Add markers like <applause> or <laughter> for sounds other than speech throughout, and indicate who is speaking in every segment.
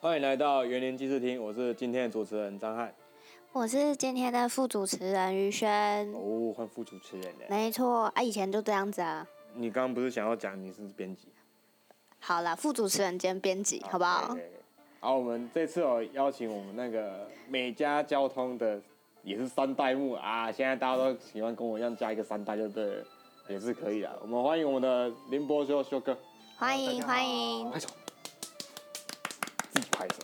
Speaker 1: 欢迎来到园林技术厅，我是今天的主持人张翰。
Speaker 2: 我是今天的副主持人于轩。
Speaker 1: 哦，换副主持人了。
Speaker 2: 没错啊，以前就这样子啊。
Speaker 1: 你刚刚不是想要讲你是编辑？
Speaker 2: 好啦，副主持人兼编辑，好不好
Speaker 1: 哦对？对对好，我们这次有邀请我们那个美加交通的，也是三代目啊。现在大家都喜欢跟我一样加一个三代，就对了，也是可以的。我们欢迎我们的林柏修修哥，
Speaker 2: 欢
Speaker 1: 哦
Speaker 2: 迎
Speaker 3: 大家好
Speaker 2: 欢迎，
Speaker 1: 拍手，自己拍手。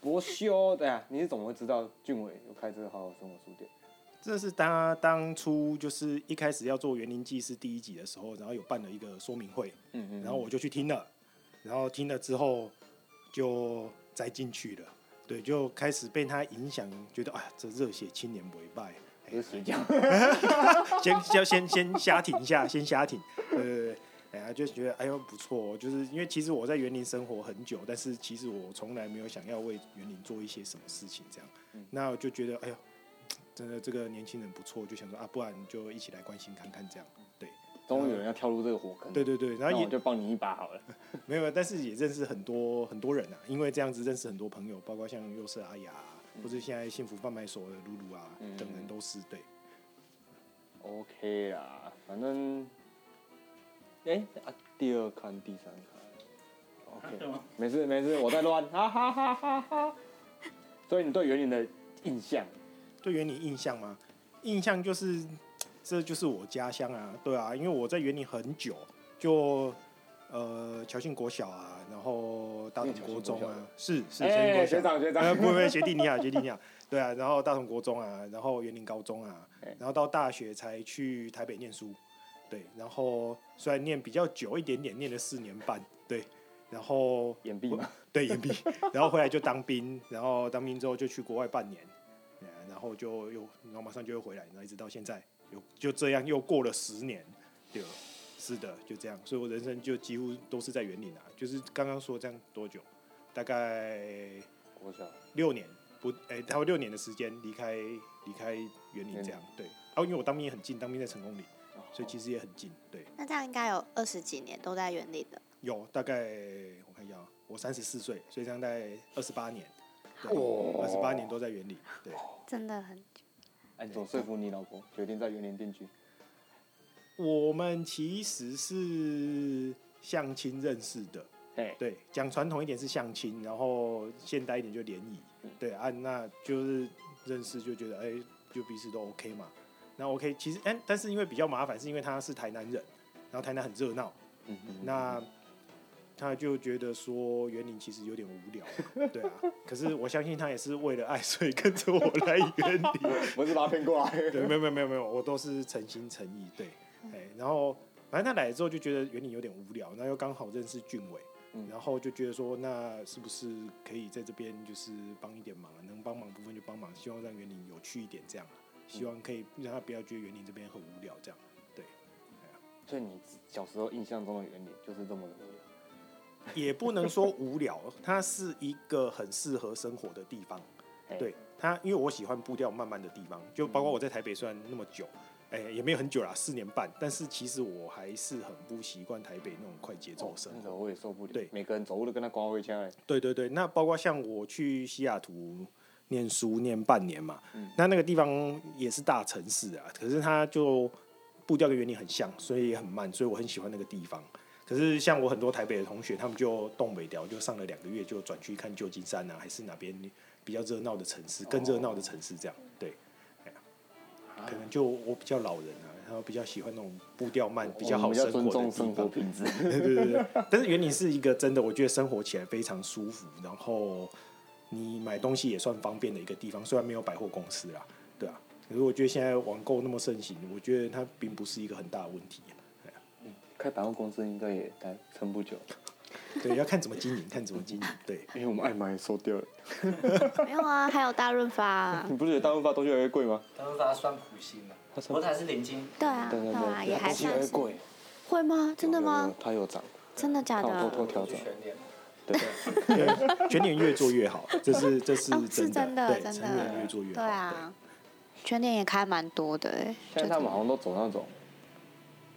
Speaker 1: 博修，对啊，你是怎么会知道俊伟有开这个好好生活书店？
Speaker 3: 这是他当初就是一开始要做《园林纪事》第一集的时候，然后有办了一个说明会，
Speaker 1: 嗯嗯
Speaker 3: 然后我就去听了，然后听了之后就栽进去了，对，就开始被他影响，觉得哎呀，这热血青年为败，
Speaker 1: 不是邪教。
Speaker 3: 哎先先先先瞎停一下，先瞎停，对对对，哎呀，就觉得哎呦不错哦，就是因为其实我在园林生活很久，但是其实我从来没有想要为园林做一些什么事情这样，
Speaker 1: 嗯
Speaker 3: 那我就觉得哎呦，真的这个年轻人不错，就想说啊，不然就一起来关心看看这样，对
Speaker 1: 终于有人要跳入这个火坑。
Speaker 3: 对，对对，然
Speaker 1: 嗯那
Speaker 3: 后
Speaker 1: 我
Speaker 3: 也
Speaker 1: 就帮你一把好了。
Speaker 3: 没有，但是也认识很多很多人啊，因为这样子认识很多朋友，包括像优色阿雅、啊，或者现在幸福贩卖所的露露啊、
Speaker 1: 嗯
Speaker 3: 等人都是对。
Speaker 1: OK 啦，反正，哎、啊，第二刊、第三
Speaker 3: 啊
Speaker 1: 刊，OK，没事没事，我在乱，哈哈哈哈哈。所以你对圆圆的印象，
Speaker 3: 对园林印象吗？印象就是，这就是我家乡啊，对啊，因为我在园林很久，就呃侨信国小啊，然后大同国中啊，是是侨信
Speaker 1: 哎、
Speaker 3: 国小，
Speaker 1: 学长学
Speaker 3: 呃
Speaker 1: 长，
Speaker 3: 不不，学弟你好，学弟你好，对啊，然后大同国中啊，然后园林高中啊
Speaker 1: 哎，
Speaker 3: 然后到大学才去台北念书，对，然后虽然念比较久一点点，念了四年半，对，然后
Speaker 1: 眼闭嘛，
Speaker 3: 对岩壁，然后回来就当兵，然后当兵之后就去国外半年，对啊然后就又，然后马上就又回来，然后一直到现在，有就这样又过了十年，对，是的，就这样，所以我人生就几乎都是在园林啊，就是刚刚说这样多久，大概
Speaker 1: 国小，哦
Speaker 3: 六年不，哎、差不多六年的时间离开离开园林这样，对，啊，因为我当兵也很近，当兵在成功里，所以其实也很近，对，
Speaker 2: 那这样应该有二十几年都在园里的，
Speaker 3: 有大概我看一下啊，我三十四岁，所以这样大概二十八年。
Speaker 1: 哇
Speaker 3: 二十八年都在园里，对
Speaker 2: 真的很久。
Speaker 1: 哎，你怎么说服你老婆决定在园林定居？
Speaker 3: 我们其实是相亲认识的，
Speaker 1: 嘿，
Speaker 3: 对，讲传统一点是相亲，然后现代一点就联谊，对啊，那就是认识就觉得哎、就彼此都 OK 嘛，那 OK，其实哎、但是因为比较麻烦，是因为他是台南人，然后台南很热闹，
Speaker 1: 嗯嗯，
Speaker 3: 那他就觉得说园林其实有点无聊，对啊，可是我相信他也是为了爱，所以跟着我来园里。
Speaker 1: 嗯 <laughs> 我是把他骗过来。
Speaker 3: 对，没有没有没有没有，我都是诚心诚意。对，哎、然后反正他来了之后就觉得园林有点无聊，那又刚好认识俊伟，
Speaker 1: 嗯
Speaker 3: 然后就觉得说，那是不是可以在这边就是帮一点忙，能帮忙部分就帮忙，希望让园林有趣一点，这样，啊希望可以让他不要觉得园林这边很无聊，这样。对，
Speaker 1: 所以你小时候印象中的园林就是这么的无聊。
Speaker 3: 也不能说无聊，它是一个很适合生活的地方。
Speaker 1: 嘿
Speaker 3: 对，它，因为我喜欢步调慢慢的地方，就包括我在台北虽然那么久，哎、也没有很久啦，四年半，但是其实我还是很不习惯台北那种快节奏
Speaker 1: 哦，
Speaker 3: 生
Speaker 1: 那时
Speaker 3: 活。
Speaker 1: 候我也受不了，
Speaker 3: 对
Speaker 1: 每个人走路都跟他刮灰腔哎，
Speaker 3: 对对对，那包括像我去西雅图念书念半年嘛，
Speaker 1: 嗯
Speaker 3: 那那个地方也是大城市啊，可是它就步调跟原理很像，所以也很慢，所以我很喜欢那个地方。可是像我很多台北的同学，他们就东北调，就上了两个月就转去看旧金山啊，还是哪边比较热闹的城
Speaker 1: 哦
Speaker 3: 市，更热闹的城市这样。对，哎呀
Speaker 1: 啊
Speaker 3: 可能就我比较老人啊，然后比较喜欢那种步调慢、比较
Speaker 1: 我
Speaker 3: 好
Speaker 1: 们要
Speaker 3: 生活
Speaker 1: 尊重
Speaker 3: 的地
Speaker 1: 生活
Speaker 3: 方。
Speaker 1: 品质。 <laughs>
Speaker 3: 对对 <laughs> 对，但是园林是一个真的，我觉得生活起来非常舒服，然后你买东西也算方便的一个地方，虽然没有百货公司啦，对啊。可是我觉得现在网购那么盛行，我觉得它并不是一个很大的问题、
Speaker 1: 开百货公司应该也待撑不久，
Speaker 3: 对，要看怎么经营，看怎么经营。对，
Speaker 1: 因为我们爱买也收掉了。
Speaker 2: 没有啊，还有大润发、啊。
Speaker 1: 你不是觉得大润发东西越来越贵吗？
Speaker 4: 他会发算普星的、
Speaker 1: 它算
Speaker 4: 我才是零金。
Speaker 2: 对啊，
Speaker 1: 对对
Speaker 2: 啊，
Speaker 1: 对，
Speaker 2: 也还
Speaker 1: 东西越来
Speaker 2: 算
Speaker 1: 越
Speaker 2: 是。
Speaker 1: 贵。
Speaker 2: 会吗？真的
Speaker 1: 有？
Speaker 2: 吗
Speaker 1: 有？它有涨，
Speaker 2: 真的假
Speaker 1: 看我偷偷调
Speaker 2: 的？
Speaker 4: 去
Speaker 1: 整。
Speaker 4: 全脸，
Speaker 3: 对，全年越做越好，这是这是
Speaker 2: 哦是真
Speaker 3: 真的，
Speaker 2: 的
Speaker 3: 对，
Speaker 2: 真的
Speaker 3: 全年越做越
Speaker 2: 对啊
Speaker 3: 好。
Speaker 2: 啊，全年也开蛮多的哎、
Speaker 1: 现在他们好像都走那种，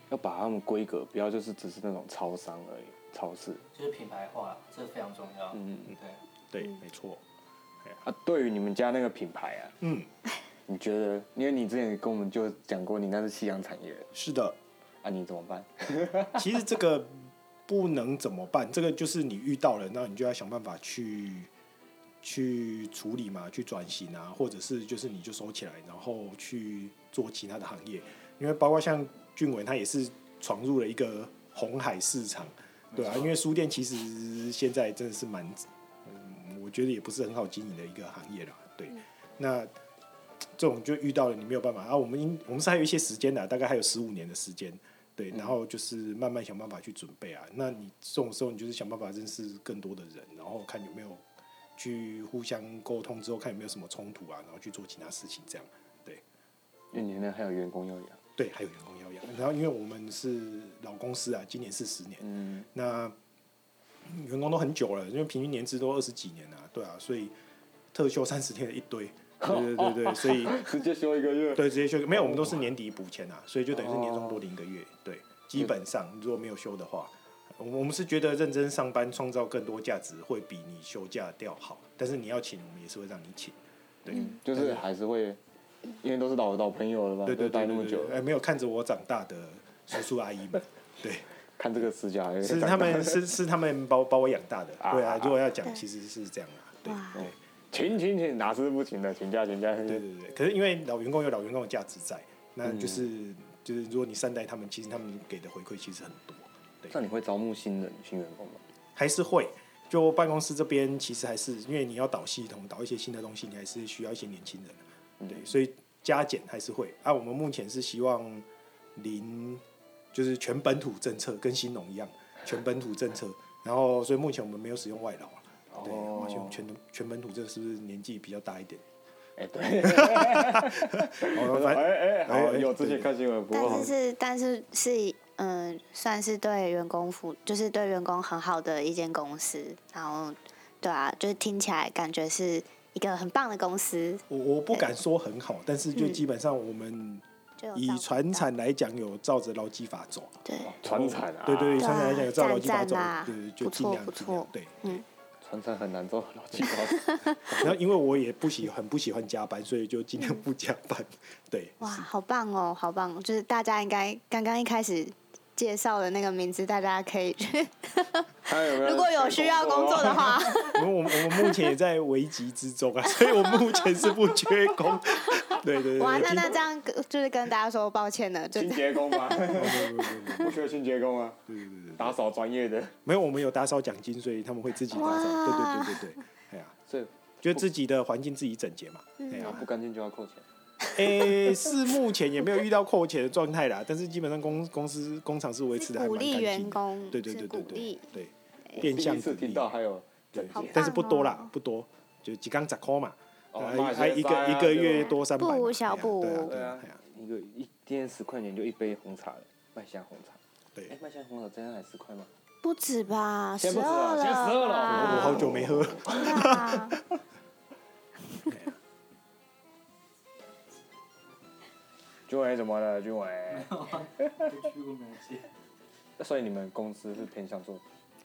Speaker 1: 要把他们规格不要就是只是那种超商而已，超市
Speaker 4: 就是品牌化，这非常重要。嗯嗯，对。
Speaker 3: 对，没错。
Speaker 1: 啊。对于你们家那个品牌啊，
Speaker 3: 嗯，
Speaker 1: <laughs> 你觉得，因为你之前也跟我们就讲过，你那是夕阳产业
Speaker 3: 是的。
Speaker 1: 啊，你怎么办？
Speaker 3: 其实这个不能怎么办，这个就是你遇到了，那你就要想办法去去处理嘛，去转型啊，或者是就是你就收起来，然后去做其他的行业，因为包括像俊文他也是闯入了一个红海市场，对啊，因为书店其实现在真的是蛮，嗯，我觉得也不是很好经营的一个行业啦，对，那。这种就遇到了，你没有办法啊。我们应我们是还有一些时间的，啊大概还有十五年的时间，对，然后就是慢慢想办法去准备啊。那你这种时候，你就是想办法认识更多的人，然后看有没有去互相沟通之后，看有没有什么冲突啊，然后去做其他事情，这样。对
Speaker 1: 因为你那还有员工要养，
Speaker 3: 对，还有员工要养，然后因为我们是老公司啊，今年是十年，
Speaker 1: 嗯，
Speaker 3: 那员工都很久了，因为平均年资都二十几年啊，对啊，所以特休三十天的一堆，对对对对，所以。
Speaker 1: 直接休一个月，
Speaker 3: 对，直接休没有，我们都是年底补钱啊，所以就等于是年终多领一个月。对，基本上如果没有休的话，我们我们是觉得认真上班创造更多价值会比你休假掉好，但是你要请，我们也是会让你请。对，
Speaker 1: 就是还是会，因为都是老老朋友了嘛，
Speaker 3: 对对
Speaker 1: 都待
Speaker 3: 对
Speaker 1: 那
Speaker 3: 对
Speaker 1: 么久
Speaker 3: 对，哎，没有看着我长大的叔叔阿姨们， <laughs> 对，
Speaker 1: 看这个指甲，
Speaker 3: 是他们是是他们把我把我养大的。对啊，如果要讲，其实是这样啊。对
Speaker 2: 哇
Speaker 3: 对。
Speaker 1: 请请请，哪是不请的，请假请假，
Speaker 3: 对对对，可是因为老员工有老员工的价值在，那就是、就是如果你善待他们，其实他们给的回馈其实很多，对，
Speaker 1: 那你会招募新人新员工吗？
Speaker 3: 还是会。就办公室这边，其实还是因为你要导系统、导一些新的东西，你还是需要一些年轻人，
Speaker 2: 嗯
Speaker 3: 对，所以加减还是会。啊，我们目前是希望零，就是全本土政策，跟新农
Speaker 2: <laughs>
Speaker 3: 一样，全本土政策。然后，所以目前我们没有使用外劳啊，对，
Speaker 1: 哦
Speaker 3: 我们全全本土这是不是年纪比较大一点？
Speaker 1: 哎， <laughs> 对，
Speaker 3: 哦，
Speaker 1: 哎
Speaker 3: 反正
Speaker 1: 哎，好，
Speaker 3: 哎哎
Speaker 1: 有之前看新闻，不过好
Speaker 2: 但是是但是是嗯、算是对员工服，就是对员工很好的一间公司。然后对啊，就是听起来感觉是一个很棒的公司，
Speaker 3: 我我不敢说很好，但是就
Speaker 2: 嗯
Speaker 3: 基本上我们
Speaker 2: 就有照
Speaker 3: 以
Speaker 2: 顾
Speaker 3: 传
Speaker 2: 到
Speaker 3: 产来讲，有照着劳基法走。
Speaker 2: 对
Speaker 1: 传产啊，
Speaker 3: 对对，以
Speaker 2: 对啊
Speaker 3: 传产来讲有照劳基法走
Speaker 2: 赞啦，
Speaker 3: 对对，就
Speaker 2: 不
Speaker 3: 尽
Speaker 2: 错
Speaker 3: 量
Speaker 2: 不
Speaker 3: 尽
Speaker 2: 错
Speaker 3: 量对。
Speaker 2: 嗯
Speaker 1: 传产很难做老技 <laughs> 高，
Speaker 3: 然后因为我也不喜很不喜欢加班，所以就尽量不加班。对，
Speaker 2: 嗯哇，好棒哦，好棒！就是大家应该刚刚一开始介绍的那个名字，大家可以去，
Speaker 1: 看
Speaker 3: 呃
Speaker 1: 有没有
Speaker 2: 如果有需要工作的
Speaker 3: <laughs>
Speaker 2: 话，
Speaker 3: 因为我们我们目前也在危急之中啊，所以我目前是不缺工。对对对
Speaker 2: 哇，那
Speaker 3: 对，
Speaker 2: 那这样就是跟大家说抱歉了，
Speaker 1: <laughs>
Speaker 2: 就
Speaker 1: 清洁工吗？
Speaker 3: 不不不不不
Speaker 1: 不缺清洁工啊，打扫专业的，
Speaker 3: 没有我们有打扫奖金，所以他们会自己打扫。
Speaker 2: 哇
Speaker 3: 对对对对对，哎呀，
Speaker 1: 这
Speaker 3: 就自己的环境自己整洁嘛。
Speaker 2: 嗯
Speaker 3: 哎呀，
Speaker 1: 不干净就要扣钱。
Speaker 3: 诶、是目前也没有遇到扣钱的状态啦，但是基本上公公司工厂是维持的还
Speaker 2: 鼓
Speaker 3: 蛮干
Speaker 2: 励
Speaker 3: 净
Speaker 2: 员
Speaker 3: 的
Speaker 2: 工，
Speaker 3: 对对对
Speaker 2: 是
Speaker 3: 对
Speaker 2: 鼓
Speaker 3: 对
Speaker 2: 励，
Speaker 3: 对，变相
Speaker 1: 第一次
Speaker 3: 鼓励
Speaker 1: 听到还有
Speaker 3: 对
Speaker 2: 好棒，
Speaker 3: 但是不多啦
Speaker 2: 哦，
Speaker 3: 不多，就几缸十块嘛，
Speaker 1: 哦
Speaker 3: 啊
Speaker 1: 那
Speaker 3: 一
Speaker 1: 也
Speaker 3: 啊一
Speaker 1: 塞啊
Speaker 3: 个一个月
Speaker 1: 对吧
Speaker 3: 多三百嘛，
Speaker 2: 不无小
Speaker 3: 哎呀
Speaker 2: 补
Speaker 3: 对啊
Speaker 1: 对
Speaker 3: 对啊
Speaker 1: 啊
Speaker 3: 哎呀，
Speaker 1: 一个一天十块钱就一杯红茶了，麦香红茶。
Speaker 3: 对啊
Speaker 1: 哎，麦香红茶这样还十块吗？
Speaker 2: 不止吧，
Speaker 1: 现在不止啊
Speaker 2: 12
Speaker 1: 了现在
Speaker 2: 了
Speaker 1: 12
Speaker 2: 吧，
Speaker 1: 了
Speaker 3: 我好久没喝了，
Speaker 2: 对啊
Speaker 1: 君伟怎么了？君伟，
Speaker 4: 就去过没有接？
Speaker 1: 那所以你们公司是偏向做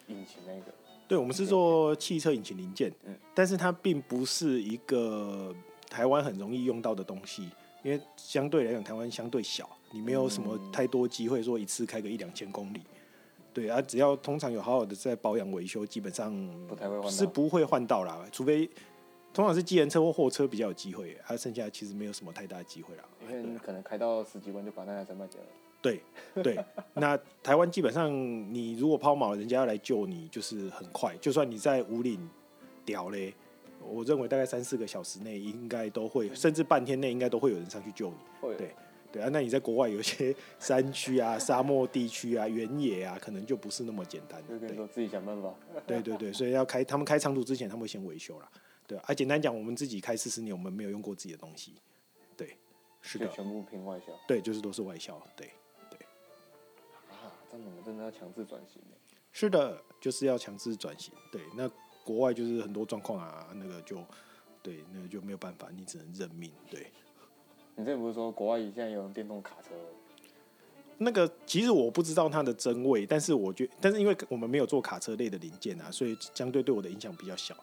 Speaker 1: 引擎那个？
Speaker 3: 对，我们是做汽车引擎零件
Speaker 1: 嗯，
Speaker 3: 但是它并不是一个台湾很容易用到的东西，因为相对来讲，台湾相对小，你没有什么
Speaker 1: 嗯
Speaker 3: 太多机会说一次开个一两千公里。对啊，只要通常有好好的在保养维修，基本上
Speaker 1: 不太会换到
Speaker 3: 是不会换到啦，除非通常是机人车或货车比较有机会，啊，剩下其实没有什么太大的机会啦。
Speaker 1: 因为你可能开到十几万就把那台车卖掉了。
Speaker 3: 对对，那台湾基本上你如果抛锚，人家要来救你就是很快，就算你在五岭屌嘞，我认为大概三四个小时内应该都会，甚至半天内应该都会有人上去救你。
Speaker 1: 会
Speaker 3: 嗯对对啊，那你在国外有一些 <laughs> 山区啊、沙漠地区啊、原野啊，可能就不是那么简单
Speaker 1: 就
Speaker 3: 了。
Speaker 1: 跟你
Speaker 3: 对
Speaker 1: 说自己想办法。
Speaker 3: 对对对，所以要开他们开长途之前，他们会先维修啦。对啊，啊简单讲，我们自己开四十年，我们没有用过自己的东西。对，是
Speaker 1: 就
Speaker 3: 的，
Speaker 1: 全部拼外销
Speaker 3: 对，就是都是外销。对。
Speaker 1: 啊！这样我们真的要强制转型耶欸
Speaker 3: 是的，就是要强制转型。对，那国外就是很多状况啊，那个就对，那个就没有办法，你只能认命。对，
Speaker 1: 你这不是说国外现在有电动卡车？
Speaker 3: 那个其实我不知道它的真伪，但是我觉，但是因为我们没有做卡车类的零件啊，所以相对对我的影响比较小。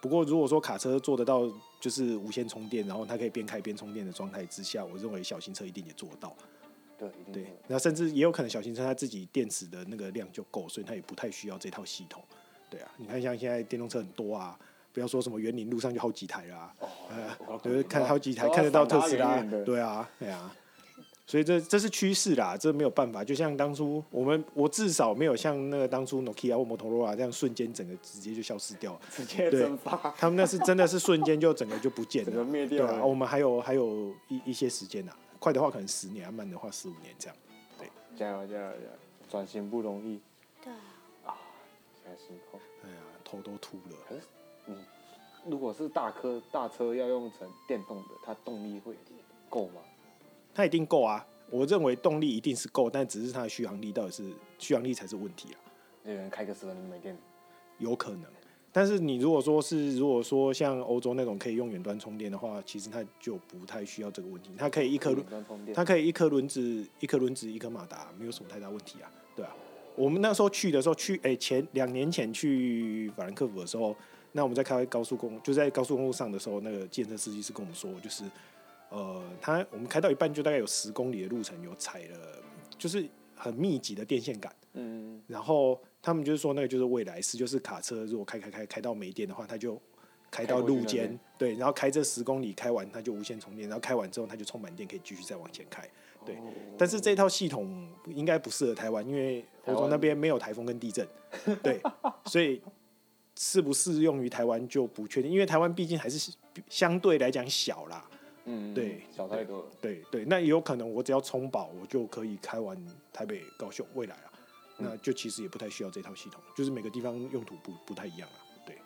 Speaker 3: 不过如果说卡车做得到就是无线充电，然后它可以边开边充电的状态之下，我认为小型车一定也做得到。
Speaker 1: 对，一定
Speaker 3: 对
Speaker 1: 会，
Speaker 3: 那甚至也有可能小型车它自己电池的那个量就够，所以它也不太需要这套系统。对啊，你看像现在电动车很多啊，不要说什么园林路上就好几台啦、
Speaker 1: 我
Speaker 3: 呃就是看好几台
Speaker 1: 哦啊都要
Speaker 3: 看得到
Speaker 1: 闪
Speaker 3: 特
Speaker 1: 它
Speaker 3: 斯
Speaker 1: 远
Speaker 3: 拉
Speaker 1: 远的，
Speaker 3: 对啊，对啊，所以这这是趋势啦，这没有办法。就像当初我们，我至少没有像那个当初 Nokia 或摩托罗拉这样瞬间整个直接就消失掉，
Speaker 1: 直接
Speaker 3: 对
Speaker 1: 蒸发，
Speaker 3: 他们那是真的是瞬间就整个就不见
Speaker 1: 整个
Speaker 3: 了，
Speaker 1: 灭
Speaker 3: 对
Speaker 1: 掉
Speaker 3: 啊，
Speaker 1: 了。
Speaker 3: 我们还有还有一一些时间呐，啊快的话可能十年，啊慢的话十五年这样。
Speaker 1: 加油加油加油！转型不容易，
Speaker 2: <laughs> 对啊，
Speaker 1: 现在辛苦。
Speaker 3: 哎呀，头都秃了，
Speaker 1: 如果是大车大车要用成电动的，它动力会够吗？
Speaker 3: 它一定够啊。我认为动力一定是够，但只是它的续航力到底是续航力才是问题啊。
Speaker 1: 有人开个十轮没电，
Speaker 3: 有可能。但是你如果说是如果说像欧洲那种可以用远端充电的话，其实它就不太需要这个问题。它可以一颗轮
Speaker 1: 远，端充电，
Speaker 3: 它可以一颗轮子，一颗轮子，一颗马达，没有什么太大问题啊，对啊。我们那时候去的时候，去诶、前两年前去法兰克福的时候，那我们在开高速公就在高速公路上的时候，那个建设司机是跟我们说，就是呃，他我们开到一半就大概有十公里的路程有踩了，就是很密集的电线杆。
Speaker 1: 嗯，
Speaker 3: 然后他们就是说那个就是未来式，就是卡车如果开开开开到没电的话，它就开到路
Speaker 1: 开过去那
Speaker 3: 肩
Speaker 1: 边，
Speaker 3: 对，然后开这十公里开完它就无线充电，然后开完之后它就充满电可以继续再往前开。对，
Speaker 1: 哦
Speaker 3: 但是这套系统应该不适合台湾，因为
Speaker 1: 台
Speaker 3: 欧
Speaker 1: 湾
Speaker 3: 洲那边没有台风跟
Speaker 1: <laughs>
Speaker 3: 地震，对，所以适不适用于台湾就不确定，因为台湾毕竟还是相对来讲小啦，
Speaker 1: 嗯，
Speaker 3: 对
Speaker 1: 小太多了。
Speaker 3: 对对，那也有可能我只要充饱，我就可以开完台北、高雄未来啊，
Speaker 1: 嗯
Speaker 3: 那就其实也不太需要这套系统，就是每个地方用途不不太一样啊。对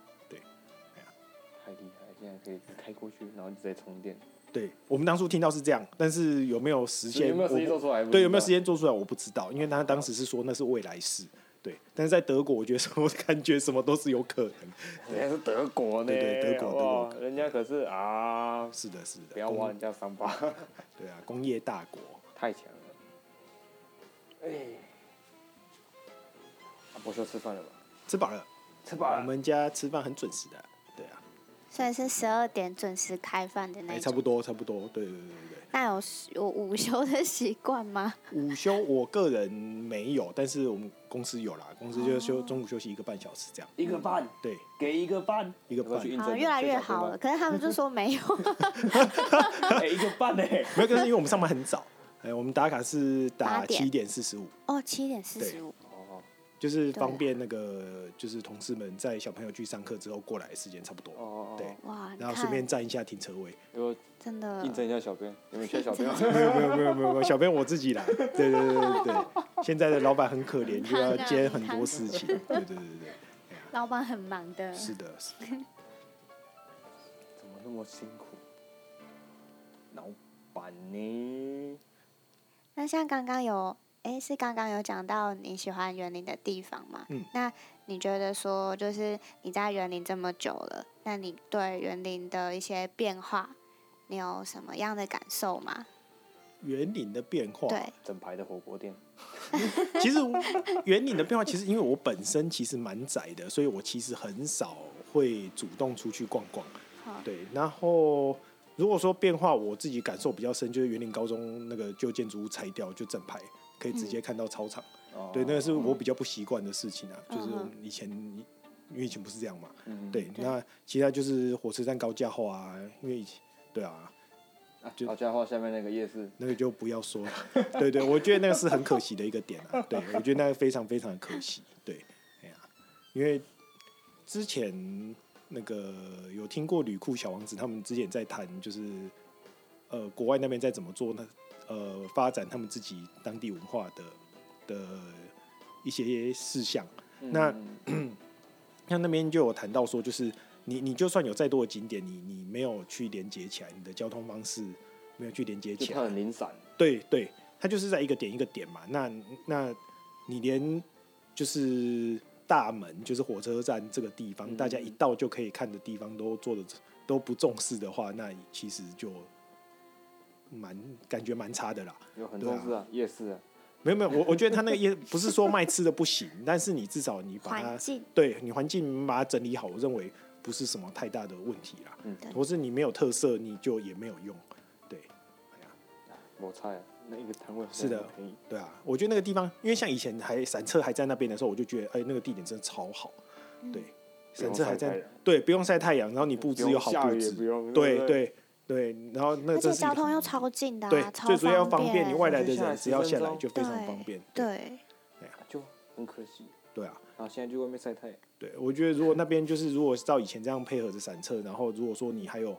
Speaker 1: 太厉害，现在可以开过去，然后直接充电。
Speaker 3: 对，我们当初听到是这样，但是有没有实现？
Speaker 1: 有没有时
Speaker 3: 我
Speaker 1: 间做出来？
Speaker 3: 对，有没有时
Speaker 1: 间？
Speaker 3: 间做出来？我不知道，因为他当时是说那是未来式。对，但是在德国，我觉得什么感觉什么都是有可能。
Speaker 1: 人哎家是德国呢，
Speaker 3: 对对德国
Speaker 1: 好不好
Speaker 3: 德国
Speaker 1: 人家可是啊，
Speaker 3: 是的，是的，
Speaker 1: 不要
Speaker 3: 工
Speaker 1: 挖人家伤疤，
Speaker 3: 对啊，工业大国。
Speaker 1: 太强了。哎，啊博修吃饭了吧？
Speaker 3: 吃饱了，
Speaker 1: 吃
Speaker 3: 我们家吃饭很准时的。对啊，
Speaker 2: 所以是十二点准时开饭的
Speaker 3: 哎、
Speaker 2: 那
Speaker 3: 差
Speaker 2: 种。
Speaker 3: 不多，差不多。对对对对对。
Speaker 2: 那有有午休的习惯吗？
Speaker 3: 午休我个人没有，但是我们公司有啦，公司就
Speaker 2: 哦
Speaker 3: 休、中午休息一个半小时这样。
Speaker 1: 一个半，
Speaker 3: 对，
Speaker 1: 给一个半，
Speaker 4: <laughs>
Speaker 3: 一个
Speaker 1: 要不要
Speaker 3: 半
Speaker 1: 去应征
Speaker 2: 好，啊越来越好了。。可是他们就说没有。
Speaker 3: <laughs>
Speaker 1: 哎，一个半呢？
Speaker 3: 没有，就是因为我们上班很早，哎、我们打卡是打
Speaker 2: 八点
Speaker 3: 七点四十五，
Speaker 2: 哦，七点四十五。
Speaker 1: 哦，
Speaker 3: 就是
Speaker 2: 对啊
Speaker 3: 方便那个就是同事们在小朋友去上课之后过来的时间差不多。
Speaker 1: 哦哦
Speaker 3: 对，
Speaker 2: 哇，你
Speaker 3: 然后顺便
Speaker 2: 看，
Speaker 3: 占一下停车位。
Speaker 1: 给我
Speaker 2: 真的
Speaker 1: 应征一下小编，你们缺小
Speaker 2: <laughs>
Speaker 1: 编吗？
Speaker 2: 嗯
Speaker 3: 没有没有没有没有没有，小编我自己来。对对对对对，现在的老板很可怜，就
Speaker 2: 啊
Speaker 3: 要接很多事情。对对对对
Speaker 2: 老板很忙的
Speaker 3: 对，。是的，是的
Speaker 1: 怎么那么辛苦？老板呢？
Speaker 2: 那像刚刚有，哎，是刚刚有讲到你喜欢园林的地方嘛？
Speaker 3: 嗯
Speaker 2: 那你觉得说，就是你在园林这么久了，那你对园林的一些变化，你有什么样的感受吗？
Speaker 3: 园林的变化。
Speaker 2: 对，
Speaker 1: 整排的火锅店，
Speaker 3: 其实圆领的变化，其实因为我本身其实蛮窄的，所以我其实很少会主动出去逛逛。
Speaker 2: 好，
Speaker 3: 对，然后如果说变化，我自己感受比较深，就是园林高中那个旧建筑物拆掉，就整排可以
Speaker 2: 嗯
Speaker 3: 直接看到操场。
Speaker 1: 哦
Speaker 3: 对，那个是我比较不习惯的事情啊，
Speaker 2: 嗯
Speaker 3: 就是
Speaker 2: 嗯
Speaker 3: 以前因为以前不是这样嘛。
Speaker 1: 嗯
Speaker 3: 对，
Speaker 2: 对
Speaker 3: 那其他就是火车站高架后啊，因为以前对啊，
Speaker 1: 啊
Speaker 3: 就
Speaker 1: 老家话下面那个夜市，
Speaker 3: 那个就不要说了。对对，我觉得那个是很可惜的一个点啊。对，我觉得那个非常非常的可惜。对，哎呀、因为之前那个有听过旅库小王子他们之前在谈，就是呃国外那边在怎么做呢？呃，发展他们自己当地文化的的一些事项。那
Speaker 1: 嗯
Speaker 3: 像那边就有谈到说，就是你你就算有再多的景点，你你没有去连接起来，你的交通方式没有去连接
Speaker 1: 就
Speaker 3: 起来
Speaker 1: 它，很零散，
Speaker 3: 对对，它就是在一个点一个点嘛。那那你连就是大门，就是火车站这个地方，
Speaker 1: 嗯
Speaker 3: 大家一到就可以看的地方都做的都不重视的话，那其实就蛮感觉蛮差的啦。
Speaker 1: 有很
Speaker 3: 对
Speaker 1: 多
Speaker 3: 啊
Speaker 1: 事啊，夜市啊，
Speaker 3: 没有没有，我我觉得他那个也不是说卖吃的不行，但是你至少你把它
Speaker 2: 环境
Speaker 3: 对你环境把它整理好，我认为不是什么太大的问题啦。
Speaker 1: 嗯
Speaker 2: 对
Speaker 3: 或是你没有特色，你就也没有用。对，
Speaker 1: 我猜那一个摊位好像
Speaker 3: 是的
Speaker 1: 很便宜，
Speaker 3: 对啊，我觉得那个地方，因为像以前还散车还在那边的时候，我就觉得哎、那个地点真的超好。对，散车还
Speaker 1: 嗯不用晒太
Speaker 3: 在
Speaker 1: 阳，
Speaker 3: 对，不用晒太阳，然后你布
Speaker 1: 不
Speaker 3: 置又
Speaker 1: 用
Speaker 3: 好
Speaker 1: 下
Speaker 3: 布
Speaker 1: 雨也
Speaker 3: 置，
Speaker 1: 不用，
Speaker 3: 对
Speaker 1: 不，
Speaker 3: 对对，然后那
Speaker 2: 而
Speaker 3: 真
Speaker 2: 且
Speaker 3: 是一个
Speaker 2: 交通
Speaker 3: 很
Speaker 2: 又超近的、啊，
Speaker 3: 对，
Speaker 2: 超
Speaker 3: 最主要方
Speaker 2: 便，
Speaker 3: 便你外来的
Speaker 1: 下来
Speaker 3: 人
Speaker 1: 十
Speaker 3: 只要下
Speaker 1: 分
Speaker 3: 来
Speaker 1: 钟
Speaker 3: 就非
Speaker 2: 对
Speaker 3: 常方便。
Speaker 2: 对，
Speaker 1: 就很可惜。
Speaker 3: 对啊，
Speaker 1: 然后现在去外面晒太阳，
Speaker 3: 对，我觉得如果那边就是如果照以前这样配合着散车，然后如果说你还有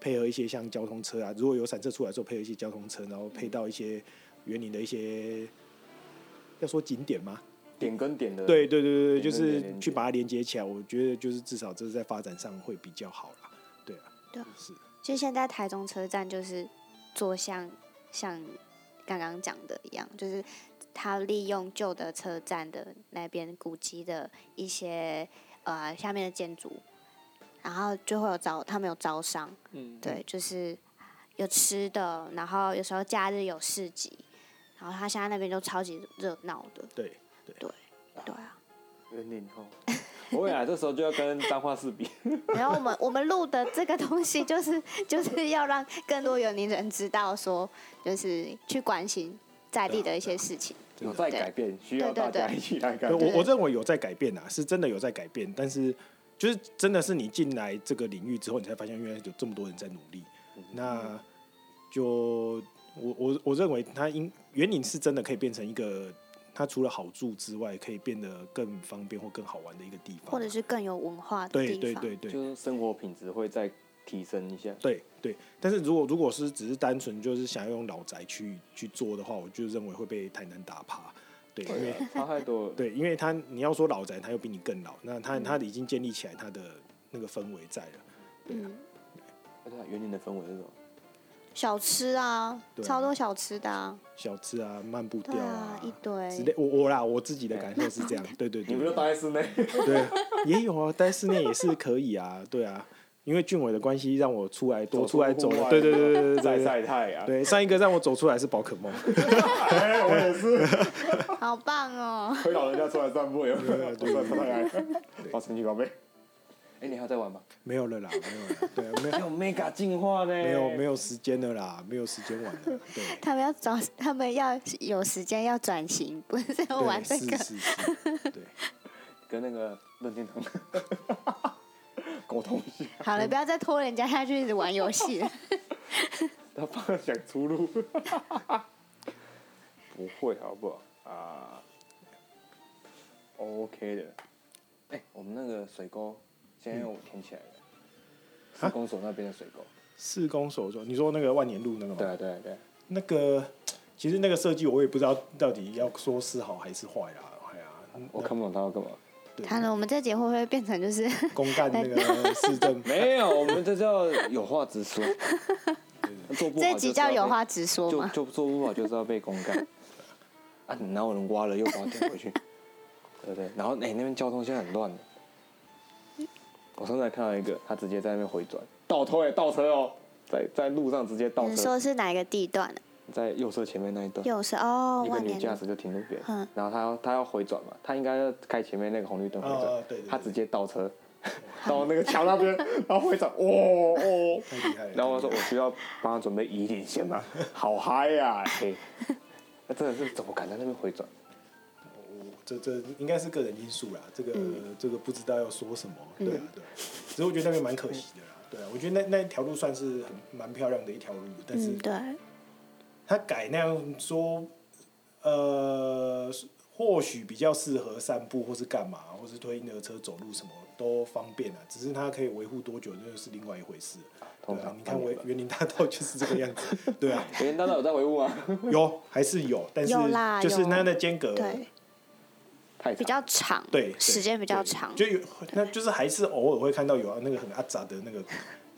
Speaker 3: 配合一些像交通车啊，如果有散车出来之后配合一些交通车，然后配到一些园林的一些要说景点吗？
Speaker 1: 点跟点的，
Speaker 3: 对，对对对，
Speaker 1: 连接
Speaker 3: 就是
Speaker 1: 连
Speaker 3: 去
Speaker 1: 接
Speaker 3: 把它连接起来，我觉得就是至少这是在发展上会比较好啦。对啊，
Speaker 2: 对啊
Speaker 3: 是，
Speaker 2: 就现在台中车站就是做像像刚刚讲的一样，就是它利用旧的车站的那边古迹的一些呃下面的建筑，然后就会有招他们有招商，
Speaker 1: 嗯，
Speaker 2: 对，就是有吃的，然后有时候假日有市集，然后它现在那边就超级热闹的，
Speaker 3: 对，
Speaker 2: 对啊。
Speaker 1: 人脸后，我本来这时候就要跟彰化市比，
Speaker 2: 然后我们我们录的这个东西，就是就是要让更多有龄人知道说，就是去关心在地的一些事情。
Speaker 1: 有在改变，需要大家一起来改
Speaker 3: 对
Speaker 1: 变。
Speaker 3: 我我认为有在改变啊，是真的有在改变，但是就是真的是你进来这个领域之后，你才发现原来有这么多人在努力。那就我我我认为它应园林是真的可以变成一个，它除了好住之外，可以变得更方便或更好玩的一个地方啊，
Speaker 2: 或者是更有文化的
Speaker 3: 对
Speaker 2: 地
Speaker 3: 对
Speaker 2: 方。
Speaker 3: 对对
Speaker 1: 就是生活品质会再提升一下。
Speaker 3: 对对。但是如果如果是只是单纯就是想要用老宅去去做的话，我就认为会被台南打趴。对，因为
Speaker 1: 对啊，差太多了。
Speaker 3: 对，因为他你要说老宅，他又比你更老，那他他已经建立起来他的那个氛围在了。
Speaker 2: 嗯，
Speaker 1: 而且园林的氛围是什么？
Speaker 2: 小吃啊，
Speaker 3: 对啊
Speaker 2: 超多小吃的啊，
Speaker 3: 小吃啊，漫步调
Speaker 2: 对啊，一
Speaker 3: 之
Speaker 2: 堆
Speaker 3: 类。。我我啦，我自己的感受是这样，对对
Speaker 1: 你不就
Speaker 3: 对，
Speaker 1: 待在室内？
Speaker 3: 对，也有啊，但室内也是可以啊，对啊，因为俊伟的关系让我出来多
Speaker 1: 走出
Speaker 3: 出来
Speaker 1: 户
Speaker 3: 走了，
Speaker 1: 外
Speaker 3: 对对对对对
Speaker 1: 晒
Speaker 3: 对对。
Speaker 1: 晒太阳。
Speaker 3: 对，上一个让我走出来是宝可梦，
Speaker 1: 哎，我也是，
Speaker 2: 好棒哦！ <laughs>
Speaker 1: 推老人家出来散步，有没有？
Speaker 3: 对
Speaker 1: 晒太阳。好，神奇宝贝。哎，你还有在玩吗？
Speaker 3: 没有了啦，没有了，对啊，没有
Speaker 2: <laughs>
Speaker 1: 还有 mega 进化呢。
Speaker 3: 没有没有时间了啦，没有时间玩
Speaker 2: <laughs>
Speaker 3: 了，对。
Speaker 2: 他们要找，他们要有时间要转型，不是要
Speaker 3: 对
Speaker 2: 玩这个。
Speaker 3: 是是是，对，
Speaker 1: 跟那个任天堂 <laughs> 沟通一下，
Speaker 2: 好了，不要再拖人家下去一直玩游戏了。 <laughs>
Speaker 1: 他帮想出路。 <laughs> 不会，好不好？啊、o k 的。哎、我们那个水沟现在我填起来了，
Speaker 3: 啊
Speaker 1: 施工所那边的水沟。
Speaker 3: 四公所说，你说那个万年路那个吗？
Speaker 1: 对啊，对啊，对啊。
Speaker 3: 那个其实那个设计我也不知道到底要说是好还是坏啦，哎呀，
Speaker 1: 我看不懂他要干嘛。
Speaker 3: 对
Speaker 2: 他呢，我们这节会不会变成就是
Speaker 3: 公干那
Speaker 2: <laughs>
Speaker 3: 个市
Speaker 1: <laughs>
Speaker 3: 政，
Speaker 1: 没有，我们这叫有话直
Speaker 3: <laughs>
Speaker 1: 说。做不好
Speaker 2: 这集
Speaker 1: 就是要
Speaker 2: 叫有
Speaker 1: 被
Speaker 2: 话直说
Speaker 1: 就
Speaker 2: 吗？
Speaker 1: 就做不好就是要被公干。 <laughs> 啊，你哪有人挖了又把它捡回去？对不对？然后哎、那边交通现在很乱的。我上次还看到一个，他直接在那边回转，倒车哎、倒车哦，在在路上直接倒
Speaker 2: 你
Speaker 1: 车
Speaker 2: 嗯说，是哪一个地段啊？
Speaker 1: 在右侧前面那一段，
Speaker 2: 又是哦，
Speaker 1: 一个
Speaker 2: 万
Speaker 1: 女
Speaker 2: 年
Speaker 1: 驾
Speaker 2: 路
Speaker 1: 驶就停路边，
Speaker 2: 嗯
Speaker 1: 然后她要她要回转嘛，她应该要开前面那个红绿灯回转，
Speaker 3: 哦对对对
Speaker 1: 她直接倒车 <laughs> 到那个桥那边，然后回转，哦哦，
Speaker 3: 太厉害了。
Speaker 1: 然后我说我需要帮他准备移点线吗？ <laughs> 好嗨呀、嘿，那真的是怎么敢在那边回转？
Speaker 3: 我这这应该是个人因素啦，这个、
Speaker 2: 嗯
Speaker 3: 这个不知道要说什么，对啊
Speaker 1: <laughs>
Speaker 3: 对啊，只是我觉得那边蛮可惜的啦，对啊，我觉得那那一条路算是很蛮漂亮的一条路，但是
Speaker 2: 嗯，对，
Speaker 3: 他改那样说，呃，或许比较适合散步，或是干嘛，或是推婴儿车走路什么都方便啊。只是它可以维护多久，那就是另外一回事。对
Speaker 1: 通
Speaker 3: 啊
Speaker 1: 常，
Speaker 3: 你看维园林大道就是这个样
Speaker 1: <laughs>
Speaker 3: 子，对啊，
Speaker 1: 别人大道有在维护啊，
Speaker 3: 有还是有，但是
Speaker 2: 有啦
Speaker 3: 就是
Speaker 2: 有
Speaker 3: 它的间隔，
Speaker 2: 对，
Speaker 1: <laughs> 太
Speaker 2: 比
Speaker 1: 长
Speaker 2: 较长，
Speaker 3: 对，对
Speaker 2: 时间比较
Speaker 3: 对
Speaker 2: 长，
Speaker 3: 就有那就是还是偶尔会看到有那个很阿杂的
Speaker 1: <laughs>
Speaker 3: 那个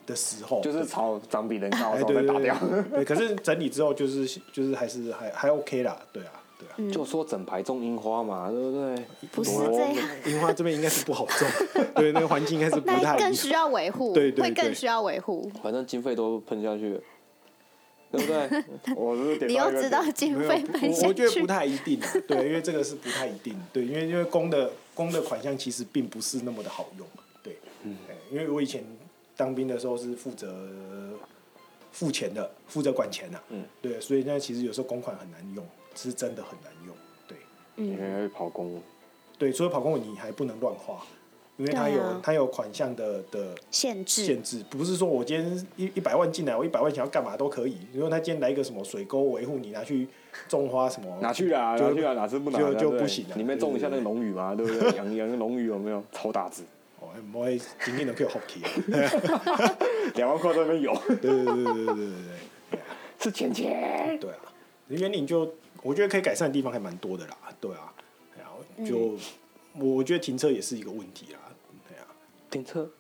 Speaker 3: 的时候，
Speaker 1: 就是草长比人高，
Speaker 3: 哎
Speaker 1: 然后
Speaker 3: 对
Speaker 1: 再
Speaker 3: 对
Speaker 1: 打掉。 <laughs>
Speaker 3: 对，对，可是整理之后就是就是还是还还 OK 啦，对啊，对啊。
Speaker 1: 就说整排种樱花嘛，对不对？
Speaker 2: <laughs>
Speaker 1: 哦
Speaker 2: 不是
Speaker 1: 多
Speaker 2: 这样， <laughs>
Speaker 3: 樱花这边应该是不好种， <laughs> 对，那个环境应该是不太
Speaker 2: 那
Speaker 3: 一
Speaker 2: 更
Speaker 3: 样。
Speaker 2: 需要维护，
Speaker 3: 对对
Speaker 2: 会
Speaker 3: 对
Speaker 2: 更需要维护。
Speaker 1: 反正经费都喷下去了。对不对？ <laughs> 我是点
Speaker 2: 你
Speaker 1: 到
Speaker 2: 又
Speaker 1: 一个
Speaker 2: 知
Speaker 1: 点
Speaker 2: 道经
Speaker 3: 没有，
Speaker 2: 费
Speaker 3: 不
Speaker 2: 分
Speaker 3: 我
Speaker 2: 下
Speaker 3: 我觉得
Speaker 2: 去
Speaker 3: 不，太一定啊，对，因为这个是不太一定，对，因为因为公的公的款项其实并不是那么的好用，对，嗯，因为我以前当兵的时候是负责付钱的，负责管钱的、
Speaker 1: 嗯，
Speaker 3: 对，所以那其实有时候公款很难用，是真的很难用，对，
Speaker 1: 你
Speaker 2: 嗯，
Speaker 1: 还会跑公务，
Speaker 3: 对，除了跑公你还不能乱花，因为它有、
Speaker 2: 对啊
Speaker 3: 它有款项的的
Speaker 2: 限制，
Speaker 3: 限制，不是说我今天一一百万进来，我一百万想要干嘛都可以，如果他今天来一个什么水沟维护，你拿去种花什么，
Speaker 1: 拿去啦，
Speaker 3: 就
Speaker 1: 拿去啦，哪次不拿
Speaker 3: 就
Speaker 1: 的啊
Speaker 3: 就
Speaker 1: 对
Speaker 3: 不行了
Speaker 1: 你们种一下那个龙鱼嘛，对不对？养养个龙鱼有没有？ <laughs> 超大只，
Speaker 3: 哦，我会今天能够好奇啊，
Speaker 1: 两万块在那边有，
Speaker 3: 对对对对对对对
Speaker 1: <laughs> 是钱钱。
Speaker 3: 对啊，园林就我觉得可以改善的地方还蛮多的啦，对啊，然后
Speaker 2: 嗯
Speaker 3: 就我我觉得停车也是一个问题啦，对啊，
Speaker 1: 停车